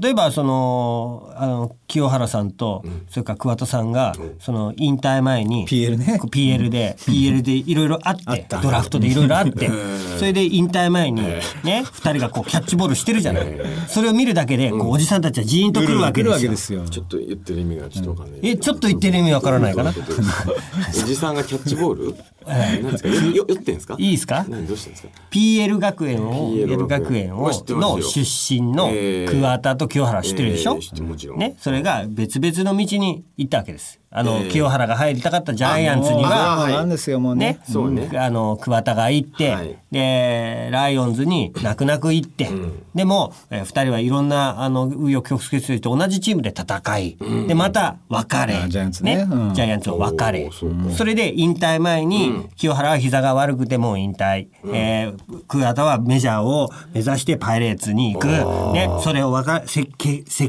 例えばそのあの清原さんと、それから桑田さんが、その引退前に
PL ね
こう PL で PL でいろいろあってドラフトでいろいろあってそれで引退前にね二人がこうキャッチボールしてるじゃないそれを見るだけでこうおじさんたちはジーンとくるわけ
来るわけ
で
ですす
よ。
よ。
ちょっと言ってる意味がちょっとわかんない。
えちょっと言ってる意味わからないかな
どううことです [LAUGHS] かおじさんがキャッチボール？何ですか？よよ酔ってんですか？
いいですか
何どうしたんですか？
PL 学園を
PL
PL 学園を
知ってますよ
の出身の
えー
桑田と清原知ってるでしょ、
えー知ってるもちろん
ね、それが別々の道に行ったわけですあの、
えー
清原が入りたかったジャイアンツに
あ
は
はい
なんですよもうね
ね
そうね
あの桑田が行って、
はい
でライオンズに泣く泣く行って、でも、え2人はいろんなあの紆余曲折して同じチームで戦い、でまた別れ
あジャイアンツねうん
ジャイアンツを別れ
おーそう
それで引退前に、清原は膝が悪くてもう引退、えー桑田はメジャーを目指してパイレーツに行く、ね、それを別れせけせ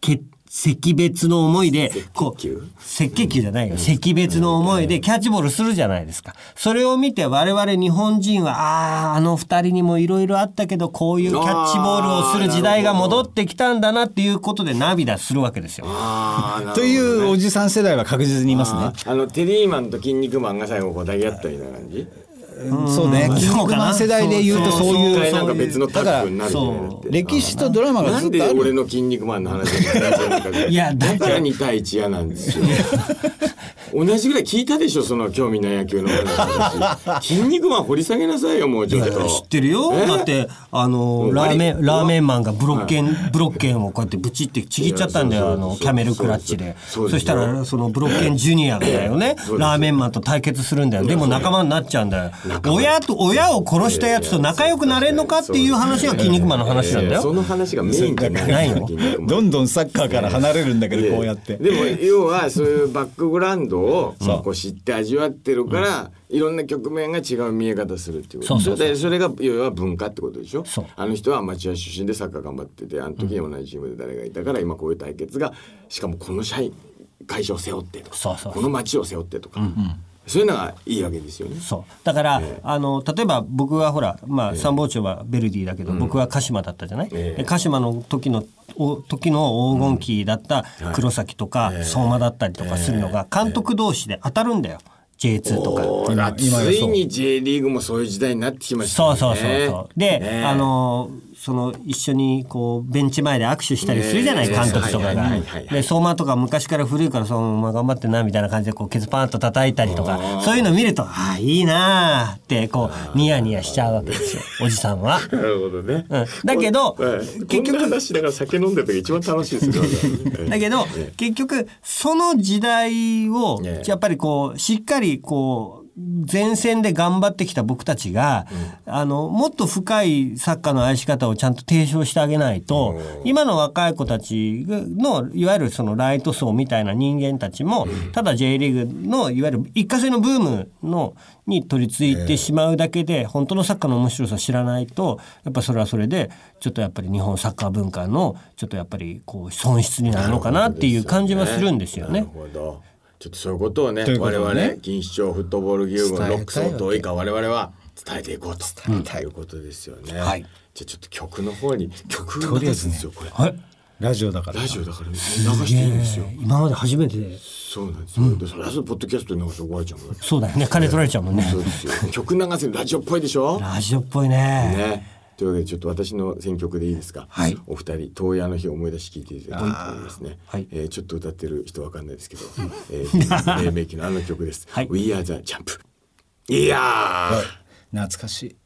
け惜別の思いでこう
球
赤血球じゃないよ赤別の思いでキャッチボールするじゃないですかそれを見て我々日本人はあああの二人にもいろいろあったけどこういうキャッチボールをする時代が戻ってきたんだなっていうことで涙するわけですよ。
ああ、
というおじさん世代は確実にいますね
あ。ーあのテリーマンと筋肉マンが最後こう抱き合ったみたいな感じ。
そうね。キン
そう
グ
かな
マン世代で言うとそう
一
いう
回なんか別のタ
だか
ッ
ら
グになるみたいなだって。
歴史とドラマが
な
ず
ん
っとあ
で
る。
俺
[LAUGHS]
の筋肉マンの話が大事なのか
いやだから [LAUGHS]
だから2対1嫌なんですよ。同じぐらい聞いたでしょその今日みんな野球の話筋肉マン掘り下げなさいよもうちょっと
知ってるよ、
え
だってあのラーメンラーメンマンがブロッケン、ブロッケンをこうやってブチってちぎっちゃったんだ
い
よ
や
あ
そう
の
そう
キャメルクラッチで
そう
そ
ですよ
したらそのブロッケンジュニアがだよね
そうです
ラーメンマンと対決するんだよでも仲間になっちゃうんだよ親と親を殺したやつと仲良くなれんのかっていう話が筋肉マンの話なんだ
えーそ
よ
の話がメインじゃない
ないの
筋肉マン
どんどんサッカーから離れるんだけどこうやって。
でも要はそういうバックグラウンドをこう知って味わってるから、いろんな局面が違う見え方するっていうこと
そうそうそう
れでそれが要は文化ってことでしょ
そう
あの人はアマチュア出身でサッカー頑張っててあの時に同じチームで誰がいたから、今こういう対決がしかもこの社員会社を背負ってとか
そうそう
この町を背負ってとか、そういうのがいいわけですよね。
そうだから、あの例えば僕はほら、まあ、参謀長はベルディだけど、僕は鹿島だったじゃない、
ええ
で鹿島の時のお時の黄金期だった黒崎とか、相馬だったりとかするのが監督同士で当たるんだよ、J2 とか。
おー
今今やそう
ついに J リーグもそういう時代になってきました
そ
よ
う
ね。
そうそうそう。で、
ね
あのその一緒にこうベンチ前で握手したりするじゃない、
ね
監督とか
はいは
が
いはいはい。
で相馬とか昔から古いからそのまま頑張ってんなみたいな感じでこうケツパーンと叩いたりとかそういうの見るとああいいなあってこうニヤニヤしちゃうわけですよおじさんは。
なるほどね。
うんだけど
こん [LAUGHS] はい
結
こ
局
んな話だから酒飲んでる時一番楽しい
[LAUGHS]
ですよ。
だけど、
ええ
結局その時代を
ええ
やっぱりこうしっかりこう前線で頑張ってきた僕たちが、あのもっと深いサッカーの愛し方をちゃんと提唱してあげないと、今の若い子たちのいわゆるそのライト層みたいな人間たちも、ただ J リーグのいわゆる一過性のブームのに取り付いてしまうだけで、本当のサッカーの面白さを知らないとやっぱそれはそれでちょっとやっぱり日本サッカー文化のちょっとやっぱりこう損失になるのかなっていう感じはするんですよ
な
ね
る。ほど。ちょっとそういうことをね、
というこ
我
とを
々
ね
ね、錦糸町フットボール牛群のロックス
伝えたいわ
の遠
け
いか我々は伝えていこうと。伝えたいということですよね。
はい
じゃあちょっと曲の方に曲が出すんですよこれ。
はい。
ラジオだから
ラ。ジオだから流してるんですよ。
今まで初めてで
そうなんですよ。でそれはそれポッドキャストに流して怒られちゃうから。
そうだよね金取られちゃうもんね。
そうですよ。曲流せるラジオっぽいでしょ。
ラジオっぽいね。
ね。というわけでちょっと私の選曲でいいですか。
はい
お二人東野の日を思い出し聞いていただきたいと思いますね。
はい
えーちょっと歌ってる人わかんないですけど、えー、黎明期のあの曲です。
はい
We Are the Champ。いやー、
懐かしい。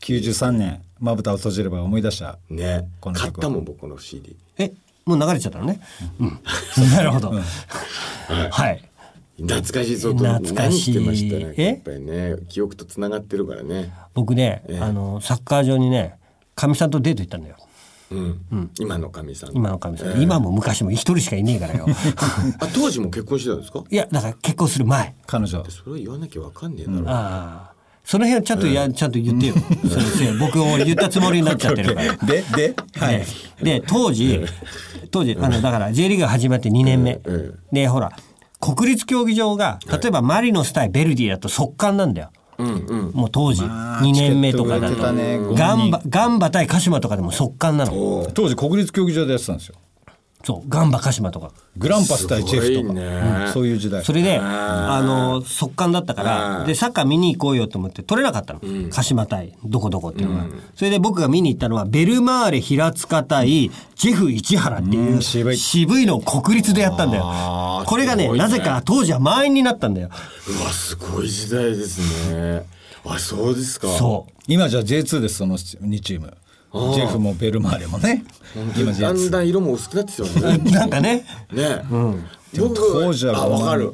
93年まぶたを閉じれば思い出した。
ね。
この曲
買っ
は
たもん僕の CD。
えもう流れちゃったのね。うん。 [LAUGHS] なるほど。はい。
懐かしいぞと
懐かしい
何してましたね。
え
やっぱりね記憶とつながってるからね。
僕ねあのサッカー場にねかみさんとデート行ったんだよ。
うん。今の神さん。
今のかみさん。今も昔も一人しかいねえからよ。 [LAUGHS]
あ当時も結婚してたんですか。
いやだから結婚する前。
彼女。
それは言わなきゃわかんねえだろう。
ああ。その辺はちゃんとや、ちゃんと言ってよ。そうですよ僕を言ったつもりになっちゃってるから。
[LAUGHS] でではい
で。で当時当時あのだから J リーグが始まって2年目、
え
でほら国立競技場が例えばマリノス対ベルディだと速乾なんだよ、もう当時
まあ
2年目とかだ
チケット
と、
売れてたね5人
ガンバガンバ対鹿島とかでも速乾なの
当時国立競技場でやってたんですよ。
そうガンバ鹿島とか
グランパス対チェフ
す
とか、
ごいね
うんそういう時代。
それであの速乾だったからでサッカー見に行こうよと思って取れなかったの、鹿島対どこどこっていうのが、それで僕が見に行ったのはベルマーレ平塚対ジェフ市原っていううん
渋い
渋いのを国立でやったんだ
あ
よ
ー
これが
す
ね
ごいね
なぜか当時は満員になったんだよ
うわすごい時代ですね。あそうですか。
そう
今じゃ J2 ですその2チーム。ジェフもベルマーレもね。今
だん
J2。
だん色も薄くなってきてますね。
なんかね
ね、僕
当時は
あわかる、
う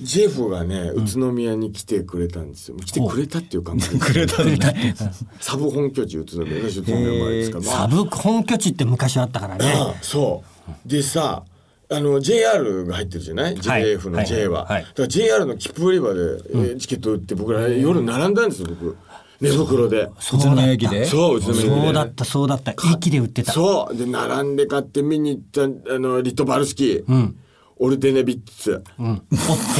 ジェフがね宇都宮に来てくれたんですよ来てくれたっていう感じ
くれたね。
サブ本拠地宇都宮私宇都宮生まれですから、まあ
サブ本拠地って昔あったからね
うんそうでさあの JR が入ってるじゃない、
はい
JF の J は、
はいはい
だから JR の切符売り場で、えーチケット売って僕ら夜並んだんですよ僕寝袋で
そう
宇
だ
都
っ
宮駅
た
で。
そう宇都宮でね
そうだったそうだった駅で売ってた
そうで並んで買って見に行ったあのリトバルスキー、オルテネビッツ、
折って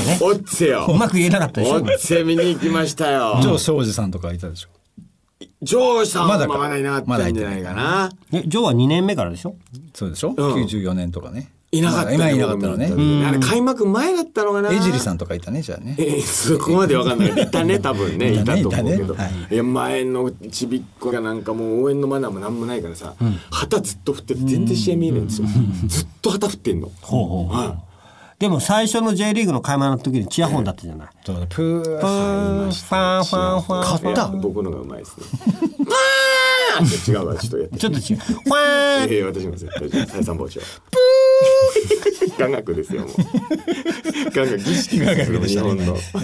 ね
おっせよ
うまく言えなかったでし
お
ょ
っせ見に行きましたよ
[LAUGHS] ジョー庄司さんとかいたでしょ。
上司さんは
まだか
まだいなかったんじゃないかな。
えジョーは2年目からでしょ
そうでしょ。
うん
94年とかね。
いなかったよ。
今いなかったのね
僕。見た時あれ開幕前だったのかな。
江尻さ
ん。
んとかいたねじゃあね。
そこまでわかんない。いたね、多分ね。い
いた
た
ね
と思うけど
いたね。
いや、前のちびっこがなんかもう応援のマナーもなんもないからさ、旗ずっと振ってて全然試合見えないんですよ。ずっと旗振ってんの。
ほうほう
は
でも最初の J リーグの開幕の時にチアホンだったじゃない。
プープ
ファンファンファンファンファン
買った
僕のがうまいですね。 [LAUGHS] パーン違うわ、ちょっとやって。
ちょっと違う。ファーン
ええ、私も絶対じゃあ、再三包丁。雅楽ですよ、もう。雅楽、儀式がする日本の。す
こ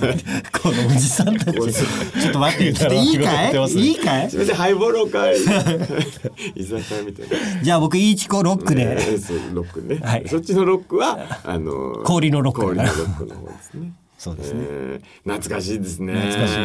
のおじさんたち。ちょっと待って、ちょっといいかいいいかい
みません、ハイボールおかわり。居酒屋みたいな。
じゃあ僕、イーチコロック
え
で。
ーそうロックね、
はい
そっちのロックはあのー
氷のロック
氷のロックの方ですね
そうですね。
えー懐かしいですね
懐かし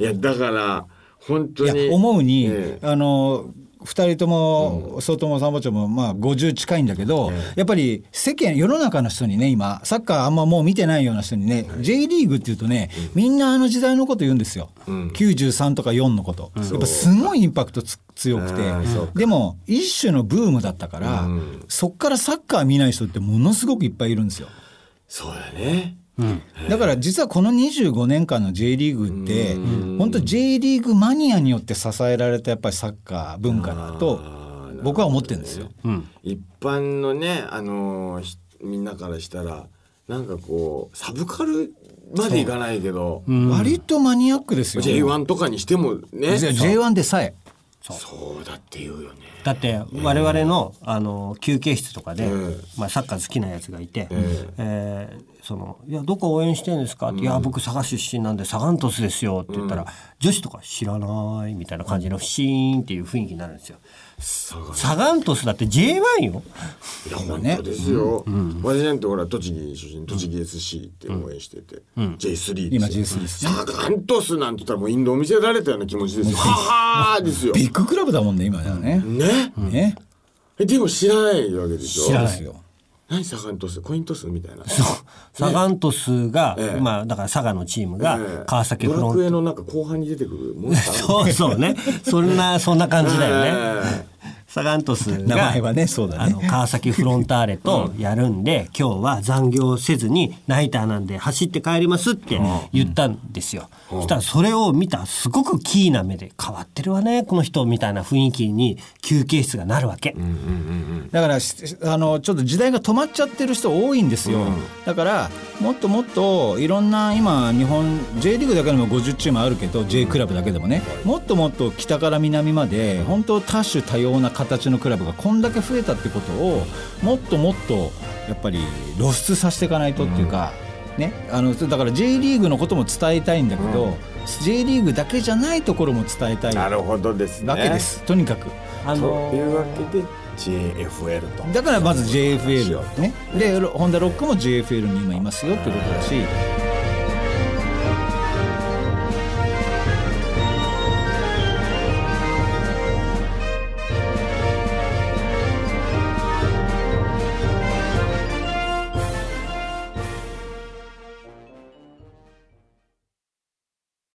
いいやだから本当
い
に
や思うに、
ええ
あの二人とも相当も三保長もまあ50近いんだけど、やっぱり世間世の中の人にね今サッカーあんまもう見てないような人にね、J リーグっていうとね、みんなあの時代のこと言うんですよ、93とか4のこと、やっぱすごいインパクトつ強くて
あーそうか
でも一種のブームだったから、
うん
そっからサッカー見ない人ってものすごくいっぱいいるんですよ。
そうだね
だから実はこの25年間の J リーグって本当 J リーグマニアによって支えられたやっぱりサッカー文化だと
あー
僕は思ってるんですよ。
一般のねあのーひみんなからしたらなんかこうサブカルまでいかないけど、
割とマニアックですよ。
J1 とかにしてもね
実は J1 でさえ
そうだって言うよね
だって我々のあの休憩室とかで
ええ
まあサッカー好きなやつがいて
え
「えーそのいやどこ応援してんですか?」って「いや僕佐賀出身なんでサガン鳥栖ですよ」って言ったら女子とか「知らない」みたいな感じのシーンっていう雰囲気になるんですよ。
そう
サガン鳥栖だって J1 よ。
いや本当ですよ。私なんてほら栃木出身栃木 SC って応援してて、J3
今
ですよ
J3 です
サガン鳥栖なんて言ったらもうインドを見せられたような気持ちですよ。ははーですよ。
ビッグクラブだもんね今ではね。
ね。
ね。
えでも知らないわけでしょ。
知らない
ですよ。
何サガン鳥栖コイントスみたいな。
サガン鳥栖が、
ええ
まあだから佐賀のチーム
え
が
え
川崎フロ
ド
ン
ラ
ト
クエのなんか後半に出てくるモン
[LAUGHS]
スター。
そうそうね。そんな、そんな感じだよね。
ね。
サガン鳥栖が
名前はねそうだ
あの
ね。
川崎フロンターレとやるんで、今日は残業せずにナイターなんで走って帰りますって言ったんですよ、そしたらそれを見たすごくキーな目で変わってるわねこの人みたいな雰囲気に休憩室がなるわけ、
だからしあのちょっと時代が止まっちゃってる人多いんですよ、だからもっともっといろんな今日本 J リーグだけでも50チームあるけど J クラブだけでもねもっともっと北から南まで本当多種多様な形のクラブがこんだけ増えたってことをもっともっとやっぱり露出させていかないとっていうか、ね、あのだから J リーグのことも伝えたいんだけど、J リーグだけじゃないところも伝えたい
な
わ
るほどですね。
けで。す、とにかく。
あ
と
の
いうわけで JFL と。
だからまず JFL ねでホンダロックも JFL に今いますよってことだし